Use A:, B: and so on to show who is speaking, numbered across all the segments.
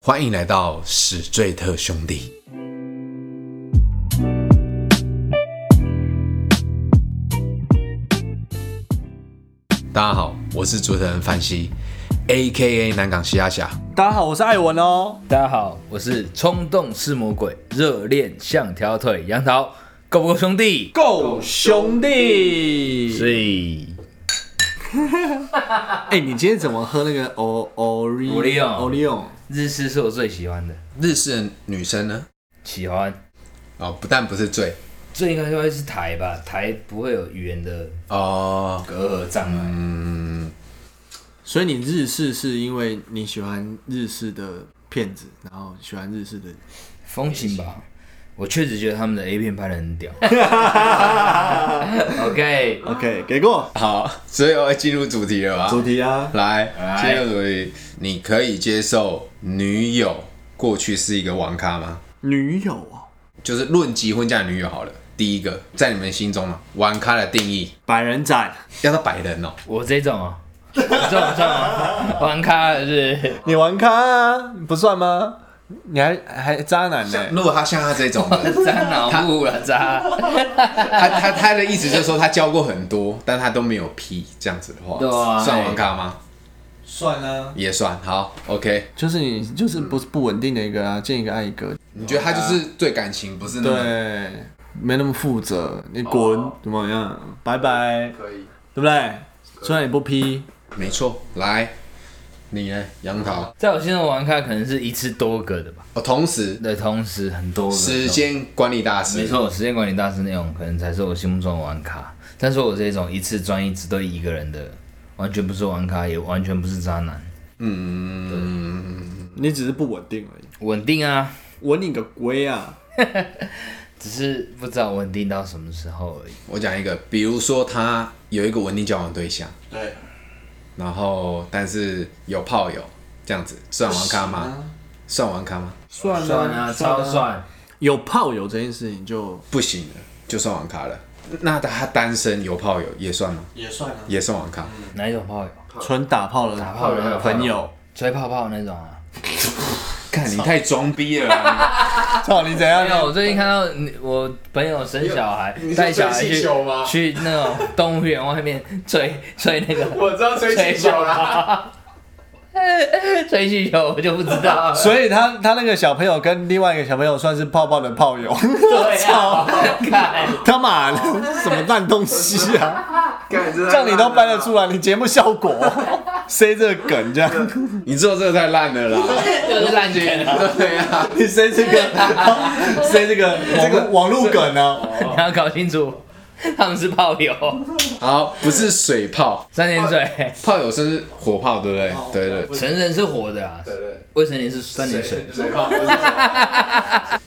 A: 欢迎来到史最特兄弟。大家好，我是主持人范西，A.K.A 南港西亚侠。
B: 大家好，我是艾文哦。
C: 大家好，我是冲动是魔鬼，热恋像条腿，杨桃够不够兄弟？
B: 够兄弟，
C: 所以
B: 哎、你今天怎么喝那个 O O r i o
C: Orion
B: o r i o
C: 日式是我最喜欢的，
A: 日式的女生呢？
C: 喜欢
A: 哦，不但不是醉
C: 最应该就会是台吧，台不会有语言的
A: 哦，
C: 隔阂障碍。
A: 嗯
B: 所以你日式是因为你喜欢日式的片子，然后喜欢日式 的。
C: 风情吧，我确实觉得他们的 A 片拍的很屌。OK，
B: OK，给过
A: 好，所以我要进入主题了吧？
B: 题啊。
A: 来，
C: 来
A: 进入主题，你可以接受女友过去是一个网咖吗？
B: 女友啊，
A: 就是论及婚嫁的女友好了，第一个在你们心中嘛，玩咖的定义
B: 百人斩，
A: 要到百人哦、
C: 我这种啊，我这种算吗？玩咖了是不是
B: 你玩咖啊，不算吗？你还还渣男呢、
A: 像如果他像他这种的，
C: 渣脑啊部了渣，
A: 他他他的意思就是说他教过很多，但他都没有批，这样子的话，
C: 对啊
A: 算玩咖吗？
B: 算啊，
A: 也算。好，OK，
B: 就是你就是不不稳定的一个啊，见一个爱一个，
A: 你觉得他就是对感情不是那么
B: 对，没那么负责，你滚、怎么样？拜拜，可以，对不对？虽然你不批，
A: 没错？来，你呢，杨桃？
C: 在我心中玩咖可能是一次多个的吧。
A: 哦，同时
C: 的同时很多个
A: 时间管理大师，
C: 嗯没，错，时间管理大师那种可能才是我心目中的玩咖，但是我这种一次专一只对一个人的，完全不是玩咖，也完全不是渣男，
A: 嗯
B: 你只是不稳定而已。
C: 稳定啊，
B: 稳你个龟啊！
C: 只是不知道稳定到什么时候而已。
A: 我讲一个，比如说他有一个稳定交往对象，
B: 对，
A: 然后但是有炮友，这样子算玩咖
B: 啊
A: 吗？算玩咖吗？
B: 算啊，
C: 算啊，超
B: 算啊。
C: 算，
B: 有炮友这件事情就
A: 不行了，就算网咖了。那他单身有炮友也算吗？
B: 也算啊，
A: 也算网咖。
C: 哪一种炮友？
B: 纯打炮的
C: 打炮的那种
B: 朋友。
C: 吹泡泡那种啊？
A: 看你太装逼了 啊，
B: 操你怎
C: 没有，
B: 样？
C: 我最近看到你我朋友生小孩，带小孩去去那种动物园外面 吹吹那个，我知道吹气球 啦。吹气球我就不知道 了，
B: 所以他他那个小朋友跟另外一个小朋友算是泡泡的炮友，
C: 对啊，看
B: 他妈的
C: 哦
B: 什么烂东西 啊！
A: 你！
B: 这样你都掰得出来，你节目效果塞这个梗这样。
A: 你做这个太烂了啦。
C: 就是烂梗啊！
A: 对啊，
B: 你塞这个，塞这个 这个网路梗啊？
C: 你要搞清楚，他们是炮友，
A: 好，不是水炮，
C: 三点水，
A: 炮友甚至火炮，对不
B: 哦
A: 对？对对。
C: 成人是活的啊，
A: 对
C: 未成年是三点水。
A: 水炮。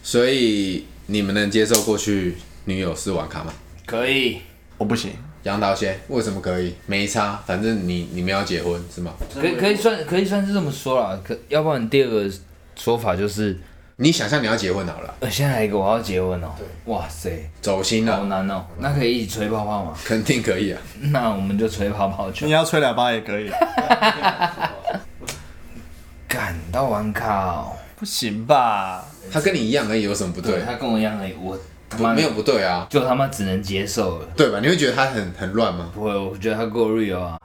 A: 所以你们能接受过去女友是网咖吗？
C: 可以，
B: 我不行，
A: 杨导先，为什么可以？没差，反正你你们要结婚是吗？
C: 可以可以算可以算是这么说啦，可要不然第二个说法就是，
A: 你想象你要结婚好了，
C: 呃，现在还有一个我要结婚哦，哇塞，
A: 走心
C: 好
A: 了，
C: 难哦，那可以一起吹泡泡吗？
A: 肯定可以啊。
C: 那我们就吹泡泡
B: 你
C: 去，
B: 要吹喇叭也可以，
C: 感到玩咖哦，
B: 不行吧？
A: 他跟你一样而已，有什么不对？
C: 他跟我一样而已，我他
A: 不
C: 妈
A: 没有，不对啊，
C: 就他妈只能接受了，
A: 对吧？你会觉得他很很乱吗？
C: 不会，我觉得他够 real 啊，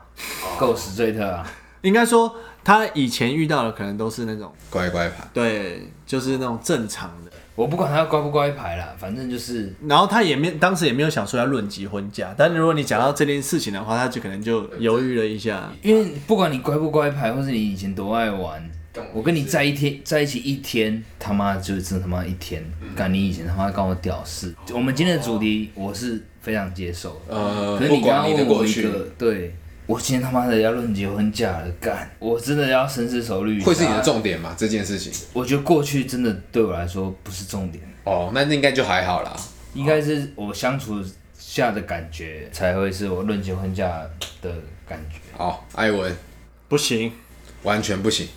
A: 哦
C: 够史最特啊。
B: 应该说他以前遇到的可能都是那种，
A: 乖乖牌，
B: 对，就是那种正常的。
C: 我不管他乖不乖牌啦，反正就是
B: 然后他也没当时也没有想说要论及婚嫁，但如果你讲到这件事情的话，他就可能就犹豫了一下。
C: 因为不管你乖不乖牌，或是你以前多爱玩，我跟你在一天在一起一天，他妈就真他妈一天，干你以前他妈干我屌事。我们今天的主题我是非常接受的，
A: 呃，
C: 可是
A: 不
C: 刚
A: 管
C: 刚
A: 你的
C: 问
A: 过
C: 我一
A: 去，
C: 个，对我今天他妈的要论结婚嫁了，干我真的要深思熟虑一下。
A: 会是你的重点嘛？这件事情
C: 我觉得过去真的对我来说不是重点，
A: 哦，那应该就还好啦。
C: 应该是我相处下的感觉才会是我论结婚嫁的感觉。
A: 哦，艾文
B: 不行，
A: 完全不行，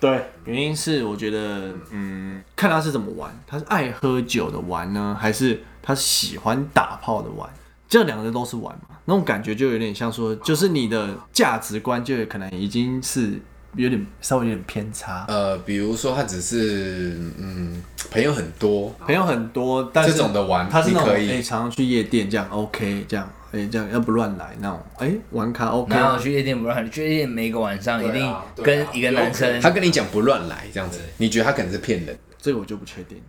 B: 对，原因是我觉得，嗯，看他是怎么玩，他是爱喝酒的玩呢，还是他喜欢打炮的玩？这两个都是玩嘛，那种感觉就有点像说，就是你的价值观就有可能已经是有点稍微有点偏差。
A: 呃，比如说他只是嗯朋友很多，
B: 朋友很多，但是
A: 这种的玩
B: 他是那种
A: 你可以
B: 哎、常常去夜店这样 OK 这样哎、这样要不乱来那种哎、玩卡 OK
C: 然后去夜店不让，去夜店每个晚上一
D: 对
C: 定
D: 啊对
C: 跟
D: 啊
C: 一个男生，
A: 他跟你讲不乱来这样子，你觉得他可能是骗人，
B: 这个我就不确定。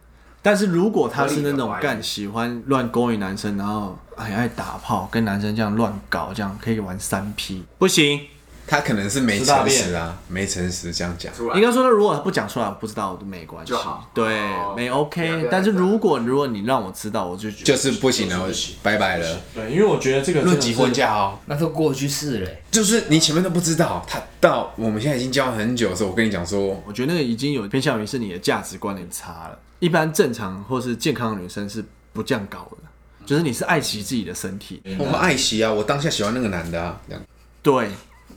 B: 但是如果他是那种
D: 合理的怀疑
B: 干喜欢乱勾引男生，然后很爱打炮，跟男生这样乱搞，这样可以玩三 P，不行。
A: 他可能是没
D: 吃大
A: 诚
D: 便
A: 实啊，没诚实这样讲。
D: 出来
B: 应该说，如果他不讲出来，我不知道我都没关系，
D: 就好
B: 对
D: 哦，
B: 没
D: 了
B: OK
D: 解。
B: 但是如果如果你让我知道，我就觉
A: 就
B: 得
A: 是不行了，拜拜了。
B: 对，因为我觉得这个
A: 论及婚嫁哦，
C: 那都过去式了欸。
A: 就是你前面都不知道，他到我们现在已经交往很久的时候，我跟你讲说，
B: 我觉得那个已经有偏向于是你的价值观很差了。一般正常或是健康的女生是不这样搞的，就是你是爱惜自己的身体，
A: 我们爱惜啊，我当下喜欢那个男的啊，这样
B: 对，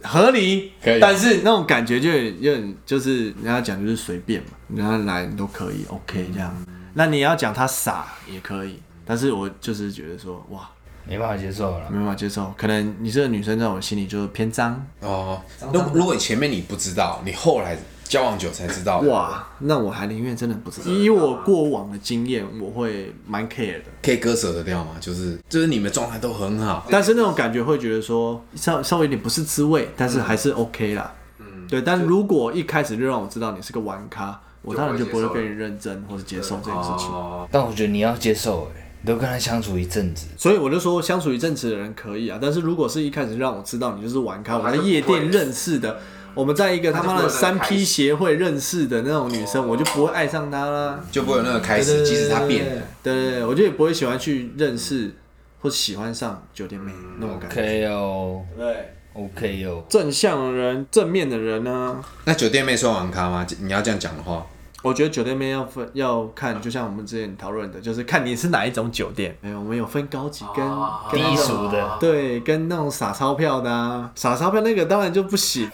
B: 合理，
A: 可以
B: 但是那种感觉就有有点就是人家讲就是随便嘛，人家来你都可以，OK 这样。那你要讲他傻也可以，但是我就是觉得说，哇，
C: 没办法接受了。
B: 没办法接受，可能你这个女生在我心里就是偏脏，
A: 哦。如如果你前面你不知道，你后来交往久才知道，
B: 哇，那我还宁愿真的不知道。啊以我过往的经验，我会蛮 care 的，
A: 可以割舍得掉吗？就是就是你们状态都很好，
B: 但是那种感觉会觉得说稍稍微有点不是滋味，但是还是 OK 啦。嗯，对。但如果一开始就让我知道你是个玩咖，我当然就不会跟你认真或者接受这件事情。
D: 哦，
C: 但我觉得你要接受，哎，你都跟他相处一阵子，
B: 所以我就说，相处一阵子的人可以啊，但是如果是一开始让我知道你就是玩咖，
D: 哦
B: 我
D: 他
B: 在
D: 就
B: 夜
D: 不会
B: 店认识的，我们在一个他妈的
D: 他就不会让
B: 三
D: 你开
B: P
D: 始
B: 协会认识的那种女生，我就不会爱上她啦。
A: 就不会有那个开
B: 对
A: 始，即使他变了。，
B: 对对对对对，我就也不会喜欢去认识或喜欢上酒店妹那种感觉。
C: ，OK 哦
B: 对，
C: ，OK 哦，
B: 正向的人、正面的人呢，
A: 那酒店妹算玩咖吗？你要这样讲的话，
B: 我觉得酒店妹要分要看，就像我们之前讨论的，就是看你是哪一种酒店。哎，我们有分高级跟
D: 哦
B: 跟那
C: 低
B: 种
C: 俗的
B: 对，跟那种撒钞票的啊，撒钞票那个当然就不 行。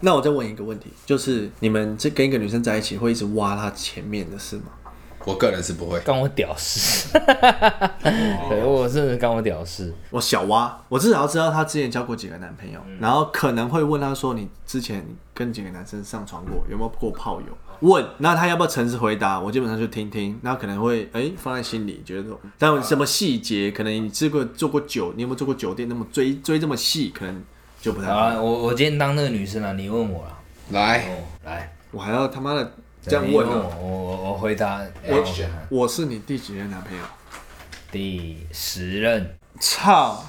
B: 那我再问一个问题，就是你们这跟一个女生在一起，会一直挖她前面的事吗？
A: 我个人是不会。
C: 干我屌事， 对，我真的干我屌事，
B: 我小蛙，我至少要知道她之前交过几个男朋友，
C: 嗯
B: 然后可能会问她说，你之前跟几个男生上床过，有没有过炮友？问，那她要不要诚实回答？我基本上就听听，那可能会哎、放在心里，觉得说但有什么细节，可能你这个做过酒，你有没有做过酒店那么追追这么细，可能就不太
C: 好
B: 好。
C: 啊，我我今天当那个女生了，你问我了，
A: 来，
C: 哦，来，
B: 我还要他妈的这样
C: 你
B: 问
C: 我
B: 哦、
C: 我我回答，哎
D: 我
C: 我看看
B: 我是你第几任男朋友？
C: 第十任，
B: 操！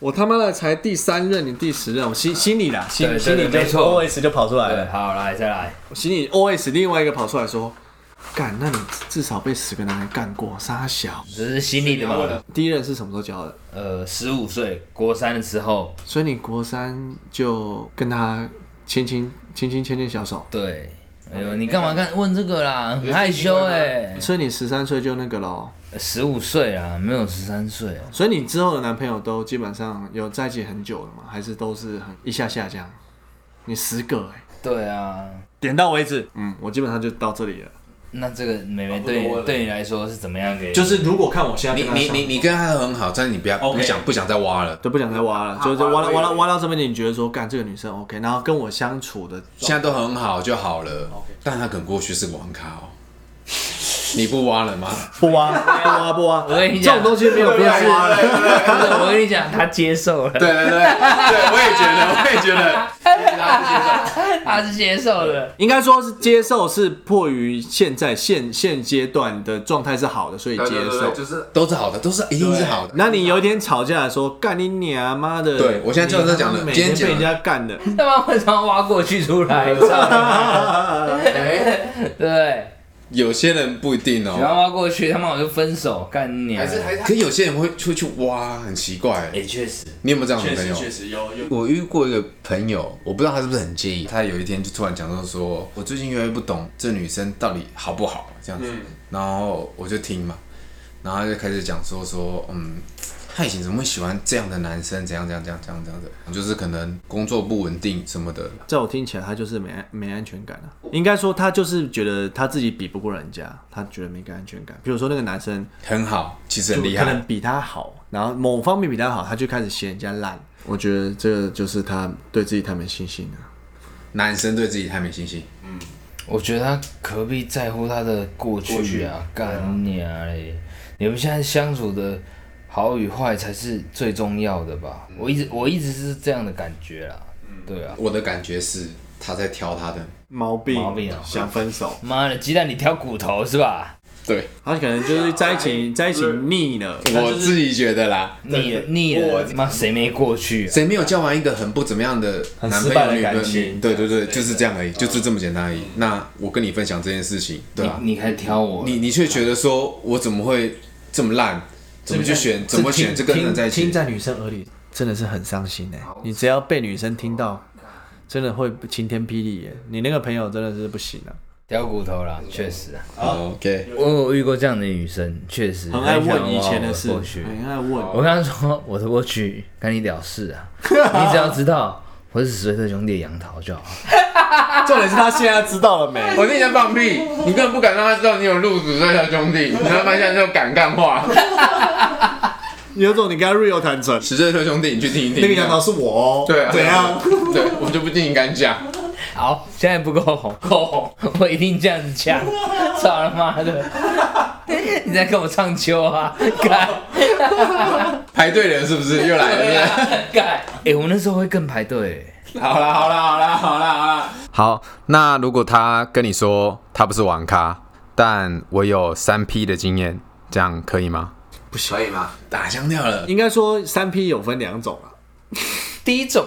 B: 我他妈的才第三任，你第十任，我心心里啦，心
C: 对对
B: 心里
C: 对没错
B: OS 就跑出来
C: 对，
B: 了，
C: 好，来再来，
B: 我心里 OS 另外一个跑出来说，干，那你至少被十个男人干过，傻小。
C: 这是心里的嘛，
B: 第一任是什么时候交的？
C: 呃，十五岁国三的时候，
B: 所以你国三就跟他亲亲亲亲牵牵小手，
C: 对，哎呦，你干嘛干问这个啦，很害羞
D: 啊
C: 哎，
B: 所以你十三岁就那个咯。
C: 十五岁啊，没有十三岁啊，
B: 所以你之后的男朋友都基本上有在一起很久了吗？还是都是很一下下这样？你十个哎、
C: 对啊，
B: 点到为止。嗯，我基本上就到这里了。
C: 那这个妹妹
D: 差不多
C: 对
D: 了
C: 对你来说是怎么样给？
B: 就是如果看我现在
A: 你
B: 跟他
A: 你
B: 相
A: 你你跟他很好，但是你不要不
B: OK
A: 想不想再挖了。
B: 都不想再挖了，
D: 啊
B: 就是挖
D: 挖
B: 到
D: 到
B: 挖到挖到这边，你觉得说干这个女生 OK，然后跟我相处的
A: 现在都很好就好了。但他可能过去是个网咖哦， 你不挖了吗？
B: 不
A: 啊
B: 挖不挖不挖，
C: 我跟你
B: 啊这
C: 讲
B: 种东西没有
D: 对
B: 变
D: 对
B: 化。
C: 不是我跟你讲，他接受了，
A: 对对对，对我也觉 得，我也觉得。
C: 他是接受了，
B: 应该说是接受，是迫于现在现现阶段的状态是好的，所以
D: 对
B: 接
D: 对对，
B: 受。
D: 就是
A: 都是好的，都是一定是好的。
B: 那你有一天吵架的时候，干你娘妈的！
A: 对我现在就是讲的
B: 你他妈每
A: 今天
B: 天
A: 讲
B: 被
A: 的
B: 人家干的。
C: 他妈为什么挖过去出来？
D: 哎，
C: 对，
A: 有些人不一定
C: 然后
A: 哦，
C: 挖过去，他妈我就分手，干你啊！
D: 还是哎还是
A: 可有些人会会去挖，很奇怪。
C: 也确实，
A: 你有没有这样的朋友？
B: 实有有。
A: 我遇过一个朋友，我不知道他是不是很介意。他有一天就突然讲到说，我最近越来越不懂这女生到底好不好这样子。
B: 嗯
A: 然后我就听嘛，然后他就开始讲说说，嗯，他以前怎么会喜欢这样的男生？怎样怎样怎样怎样怎样的？就是可能工作不稳定什么的。
B: 在我听起来，他就是没安没安全感啊。应该说，他就是觉得他自己比不过人家，他觉得没个安全感。比如说那个男生，
A: 很好，其实
B: 就
A: 很厉
B: 可
A: 害
B: 能。比他好，然后某方面比他好，他就开始嫌人家烂。我觉得这个就是他对自己太没信心了。
A: 男生对自己太没信心。
C: 我觉得他何必在乎他的过
D: 过
C: 去
D: 去
C: 啊？干你啊嘞！你们现在相处的好与坏才是最重要的吧？
B: 嗯
C: 我一直我一直是这样的感觉啦。对啊，
A: 我的感觉是他在挑他的，
B: 毛病，
C: 毛病啊
B: 想分手，
C: 妈的，鸡蛋里挑骨头是吧？
A: 对
B: 他可能就是在一起在一起腻了，
A: 我自己觉得啦。
C: 腻了腻了，妈谁没过去、啊？
A: 谁没有交完一个很不怎么样的男朋友、女朋友？
D: 很失败的感情
A: 对对对，就是这样而已，就是这么简单而已。那我跟你分享这件事情，对啊，
C: 你你还挑我？
A: 你你却觉得说我怎么会这么烂？怎么去选？怎么选这个人在一
B: 听
A: 起？
B: 在女生耳里真的是很伤心哎、你只要被女生听到，真的会晴天霹雳耶、你那个朋友真的是不行啊，
C: 挑骨头啦，确实啊。
A: 哦 OK，
C: 我有遇过这样的女生，确实
B: 很爱
C: 很想
B: 问以前
C: 挖我
B: 的
C: 的
B: 事，哎
C: 过去。
B: 很爱问。
C: 我跟她说我的过去干你了事 啊，你只要知道我是史瑞特兄弟的杨桃就好。
B: 啊重点是他现在知道了没？
A: 我那天放屁，你根本不敢让他知道你有入主这条兄弟，你他妈现在就敢干话。
B: 有种你跟他 real 坦诚，
A: 史这条兄弟，你去听一听。
B: 那个杨桃是我哦，
A: 对啊，
B: 怎 样？？
A: 对，我就不定你敢讲。
C: 好，现在不够红，够红，我一定这样子 呛，操他妈的！你在跟我唱秋啊？干
A: 排队人是不是又来了？
C: 干！ 哎、我那时候会更排队、
A: 好啦好啦好啦好啦好啦。好，那如果他跟你说他不是网咖，但我有三 P 的经验，这样可以吗？
B: 不行
A: 可，以吗？打枪掉了。
B: 应该说三 P 有分两种啊，
C: 第一种，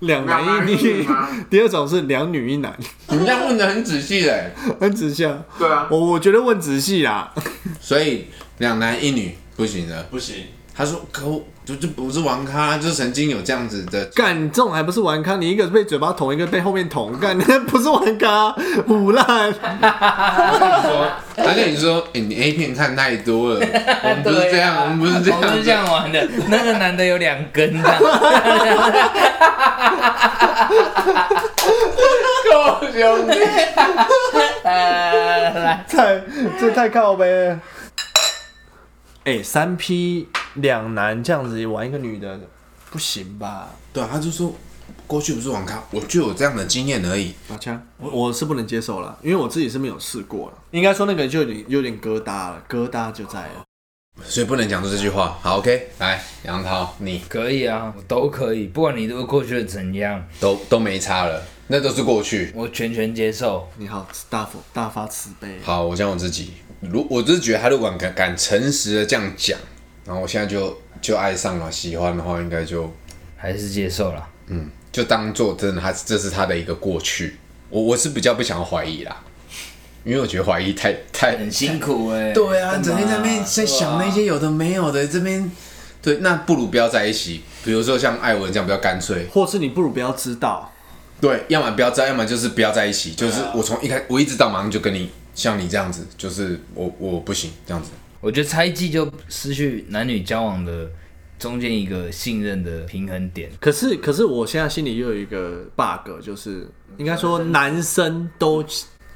B: 两男一女，第二种是两女一男，
A: 你这样问的很仔细嘞。
B: 很直向。
D: 对啊，
B: 我我觉得问仔细啊啦，
A: 所以两男一女不行的。
D: 不行，
A: 他说可我就就不是网咖，就曾经有这样子 的。
B: 干你这种还不是玩咖？你一个被嘴巴捅，一个被后面捅，干 那不是玩咖，腐烂。
A: 他跟你说，哎、你 A 片看太多 了，我们不是这啊样，我们不是这
C: 我们
A: 样
C: 是这样玩的。那个男的有两根的，
A: 够兄弟。
C: 呃，来，
B: 太这太靠呗。哎、三 P 两男这样子玩一个女的，不行吧？
A: 对啊，他就说过去不是网咖，我就有这样的经验而已。
B: 打枪，我我是不能接受了，因为我自己是没有试过了。应该说那个就有点有点疙瘩了，疙瘩就在了。
A: 所以不能讲出这句话。好，OK，来，杨涛，你
C: 可以啊，我都可以，不管你都过去的怎样，
A: 都都没差了，那都是过去。
C: 我全权接受。
B: 你好，大佛大发慈悲。
A: 好，我讲我自己，如我只是觉得他如果敢敢诚实的这样讲，然后我现在就就爱上了，喜欢的话应该就
C: 还是接受了，
A: 嗯，就当做真的他这是他的一个过去。我我是比较不想要怀疑啦，因为我觉得怀疑太太
C: 很辛苦哎、
A: 对啊，整天在那边在想那些有的没有的，这边对，那不如不要在一起。比如说像艾文这样比较干脆，
B: 或是你不如不要知道，
A: 对，啊要么不要在，要么就是不要在一起。就是我从一开，我一直到马上就跟你像你这样子，就是我我不行这样子。
C: 我觉得猜忌就失去男女交往的中间一个信任的平衡点。
B: 可是可是我现在心里又有一个 bug，就是应该说男生都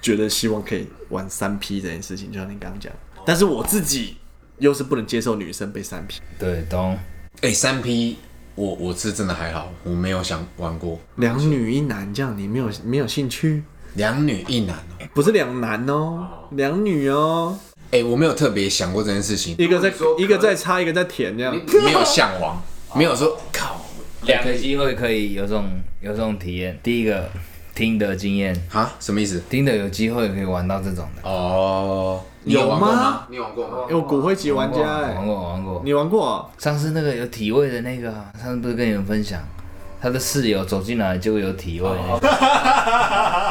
B: 觉得希望可以玩三 P 这件事情，就像你刚刚讲，但是我自己又是不能接受女生被三 P，
C: 对，懂。
A: 哎、三 P，我我是真的还好，我没有想玩过
B: 两女一男这样，你没有没有兴趣？
A: 两女一男哦、
B: 不是两男哦，两女哦，
A: 哎、我没有特别想过这件事情，
B: 一个在
D: 你说可以
B: 一个在插，一个在舔这样。
A: 没有向 往，没有说靠
C: 两个机会可以有这种有这种体验。第一个，听的经验，
A: 啊，什么意思？
C: 听的有机会可以玩到这种的。
A: 哦，你
B: 有
A: 玩过
B: 吗？
A: 你有玩过吗？
B: 有哎骨灰级玩家
C: 玩
B: 哎，
C: 过玩过。
B: 你玩过哦？
C: 上次那个有体味的那个啊，上次不是跟你们分享，他的室友走进来就有体味那
A: 哦
C: 个。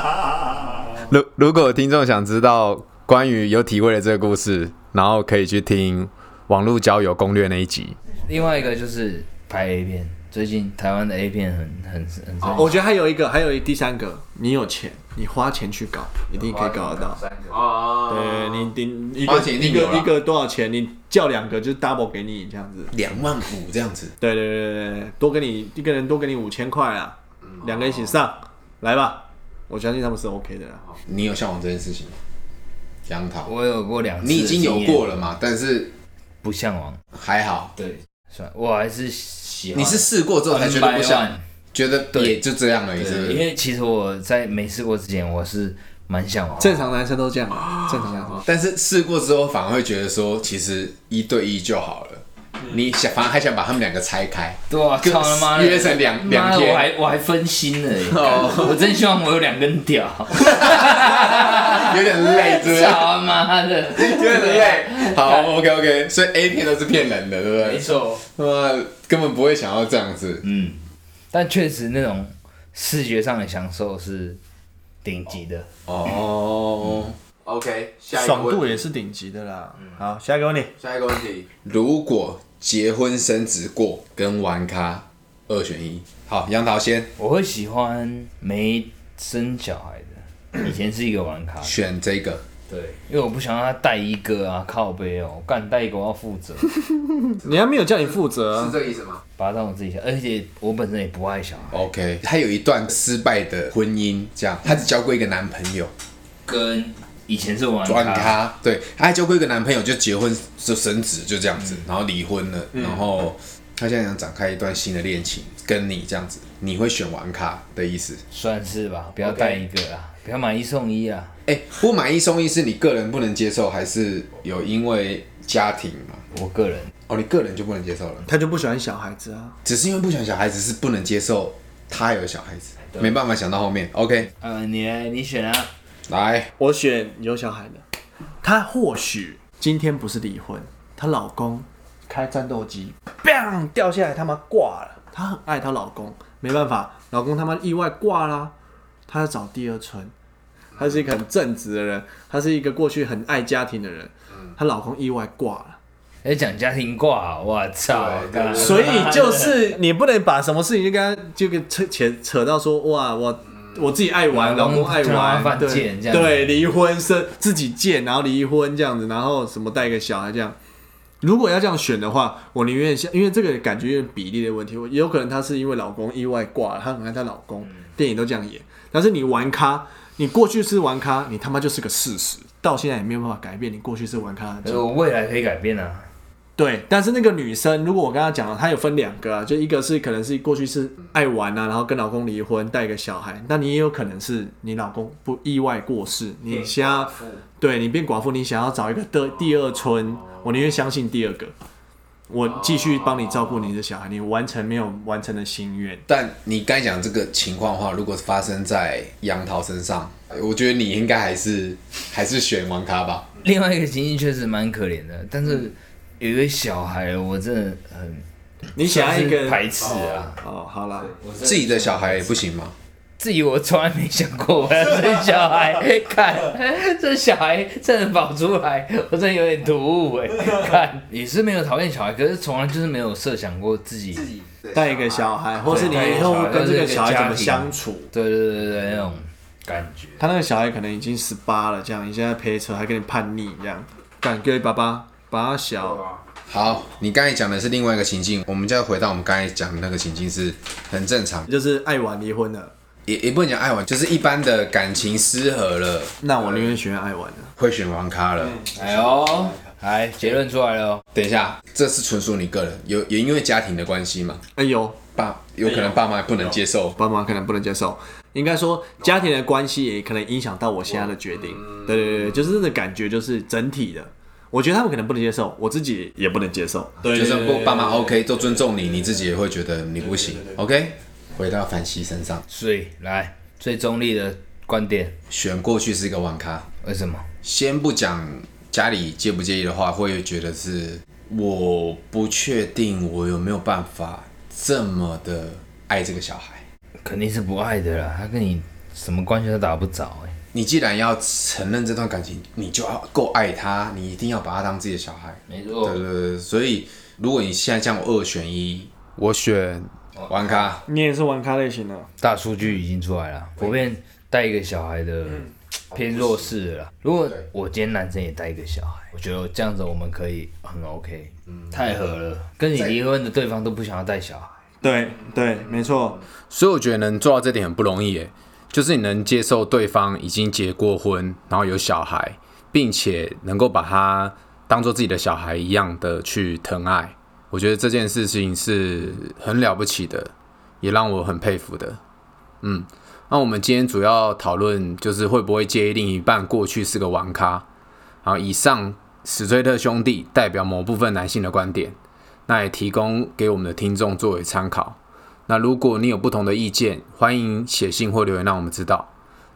A: 如如果听众想知道关于有体味的这个故事，然后可以去听网络交友攻略那一集。
C: 另外一个就是拍 A 片，最近台湾的 A 片很很很
A: 哦
C: 盛行。
B: 我觉得还有一个，还有一第三个，你有钱，你花钱去搞，一定可以搞得到。
D: 啊，
B: 对呃你你一
A: 花
B: 个
A: 钱一
B: 一
A: 定有
B: 个
A: 啦
B: 一个多少钱？你叫两个就是 double 给你这样子。
A: 两万五这样子，
B: 对对对对对，多给你一个人多给你五千块啊，
D: 嗯
B: 两个一起上，来吧，我相信他们是 OK 的啦。
A: 你有向往这件事情吗？杨桃，
C: 我有过两次，
A: 你已经有过，了嘛？但是
C: 不向往。
A: 还好，
C: 对，算我还是喜欢。
A: 你是试过之后才觉得不
C: 100
A: 想
C: 万，
A: 觉得也就这样而已，是不是？
C: 因为其实我在没试过之前，我是蛮向往。
B: 正常男生都这样，正常男生。
A: 但是试过之后，反而会觉得说，其实一对一就好了。
C: 嗯
A: 你想，反而还想把他们两个拆开。
C: 对啊，
A: 跟
C: 操他妈的！
A: 约成两两
C: 妈的
A: 天哦
C: 我还我还分心了耶， 我真希望我有两根屌，啊
A: 有点累，是不是？
C: 操他妈的！
A: 有点 累。好，OK OK，所以 A 片都是骗人的，对不对？
C: 错，
A: 那根本不会想要这样子。
C: 嗯，但确实那种视觉上的享受是顶级的。
A: 哦，
D: OK，下一个
B: 爽
D: 问
B: 度
D: 题，嗯
B: 也是顶级的啦。好，下一个问题，
D: 下一个问题，
A: 如果结婚生子过跟玩咖二选一，好，杨桃先
C: 我会喜欢没生小孩 的，以前是一个玩咖，
A: 选这个。
C: 对，因为我不想让他带一个啊，靠背哦，我干带一个我要负责，
B: 你还没有叫你负责
D: 是
B: 啊，
D: 这个意思吗？
C: 把他当我自己小孩，而且我本身也不爱小孩，
A: OK，她有一段失败的婚姻，这样，她只交过一个男朋友，
C: 跟以前是
D: 嗯
C: 玩
A: 玩
C: 咖，
A: 咖，对，她还交过一个男朋友就结婚就生子就这样
D: 嗯
A: 子，然后离婚了，然后她现在想展开一段新的恋情，跟你这样子，你会选玩咖的意思？
C: 算是吧，不要
D: OK
C: 带一个啦，不要买一送一啊，
A: 哎、不买一送一是你个人不能接受，还是有因为家庭嘛？
C: 我个人
A: 哦，你个人就不能接受了，
B: 他就不喜欢小孩子啊。
A: 只是因为不想小孩子，是不能接受他有小孩子，没办法想到后面。OK，
C: 呃，你来你选啊，
A: 来，
B: 我选有小孩的，她或许今天不是离婚，她老公开战斗机，bang 掉下来，他妈挂了。她很爱她老公，没办法，老公他妈意外挂啦，她要找第二春。她是一个很正直的人，她是一个过去很爱家庭的人，她老公意外挂了。
C: 要哎讲家庭挂，我操，
D: 对
C: 干
B: 所以就是你不能把什么事情就跟他就跟扯扯扯到说哇我我自己爱玩，老
C: 老公
B: 公爱
C: 就让他
B: 玩，
C: 犯
B: 对
C: 贱这样子
B: 对，离婚生自己贱，然后离婚这样子，然后什么带个小孩这样。如果要这样选的话，我宁愿像，因为这个感觉有点比例的问题，我有可能她是因为老公意外挂了，她很爱她老公，电影都这样演。但是你玩咖，你过去是玩咖，你他妈就是个事实，到现在也没有办法改变你过去是玩咖的
C: 可
B: 结
C: 是
B: 果
C: 我未来可以改变啊，
B: 对，但是那个女生，如果我跟她讲了，她有分两个啊，就一个是可能是过去是爱玩啊，然后跟老公离婚，带一个小孩，那你也有可能是你老公不意外过世，你想要对你变寡妇，你想要找一个
C: 哦
B: 第第二春，我宁愿相信第二个，我继续帮你照顾你的小孩，你完成没有完成的心愿，
A: 但你刚才讲这个情况的话，如果发生在杨桃身上，我觉得你应该还是还是选玩咖吧。
C: 另外一个情境确实蛮可怜的，但是有一个小孩，我真的很
B: 你想要一
C: 就是
B: 个
C: 排斥啊，
B: 哦，好啦，
A: 自己的小孩也不行吗？
C: 自己我从来没想过我要生小孩， 看这小孩真的跑出来，我真的有点突兀哎，看也是没有讨厌小孩，可是从来就是没有设想过自己，
B: 带一个小孩，或是你
C: 带一个
B: 以后
C: 小孩
B: 跟这
C: 或
B: 个
C: 是一个
B: 小孩
C: 家
B: 怎么
C: 庭
B: 相处。
C: 对对对对对那种感觉，
B: 他那个小孩可能已经十八了，这样你现在陪车还跟你叛逆这样，敢各位爸爸把他小，
A: 好，你刚才讲的是另外一个情境，我们再回到我们刚才讲的那个情境是很正常，
B: 就是爱玩离婚了，
A: 也也不能讲爱玩，就是一般的感情失和了，
B: 那我宁愿选爱玩的。
A: 会选玩咖了。
C: 哎呦，来结论出来了哦，
A: 等一下，这是纯属你个人，有也因为家庭的关系嘛，
B: 哎呦，
A: 爸有可能爸妈不能接受。
B: 爸妈可能不能接受，应该说家庭的关系也可能影响到我现在的决定。对对对对，就是那个感觉就是整体的，我觉得他们可能不能接受，我自己也不能接受。对
A: 就算不爸妈 OK 都尊重你，你自己也会觉得你不行。OK，回到凡西身上，
C: 所以来最中立的观点，
A: 选过去是一个玩咖，
C: 为什么？
A: 先不讲家里介不介意的话，会觉得是我不确定我有没有办法这么的爱这个小孩。
C: 肯定是不爱的啦，他跟你什么关系都打不着哎、
A: 你既然要承认这段感情，你就要够爱他，你一定要把他当自己的小孩。
C: 没
A: 对对对，所以如果你现在叫我二选一，我选玩咖。
B: 你也是玩咖类型的，
C: 大数据已经出来了，普遍带一个小孩的
B: 嗯
C: 偏弱势了啦。如果我今天男生也带一个小孩，我觉得这样子我们可以很 OK，太
B: 嗯
C: 合了。跟你离婚的对方都不想要带小孩，
B: 对对，没错，
A: 所以我觉得能做到这点很不容易耶，就是你能接受对方已经结过婚，然后有小孩，并且能够把他当做自己的小孩一样的去疼爱，我觉得这件事情是很了不起的。也让我很佩服的。嗯，那我们今天主要讨论就是会不会介意另一半过去是个玩咖。然后以上史崔特兄弟代表某部分男性的观点，那也提供给我们的听众作为参考。那如果你有不同的意见，欢迎写信或留言让我们知道。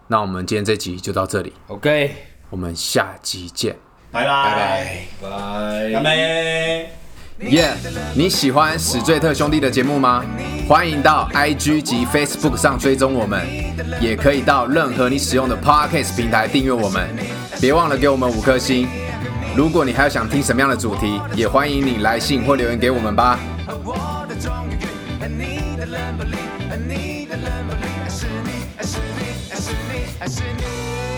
A: 那我们今天这集就到这里，
C: OK，
A: 我们下集见。
B: 拜拜，拜拜。
A: 耶你喜欢史最特兄弟的节目吗？欢迎到 IG 及 Facebook 上追踪我们，也可以到任何你使用的 Podcast 平台订阅我们。别忘了给我们五颗星。如果你还有想听什么样的主题，也欢迎你来信或留言给我们吧。
E: 我的终于爱你的人不理，爱你的人不理，爱是你，爱是你，爱是你，爱是你。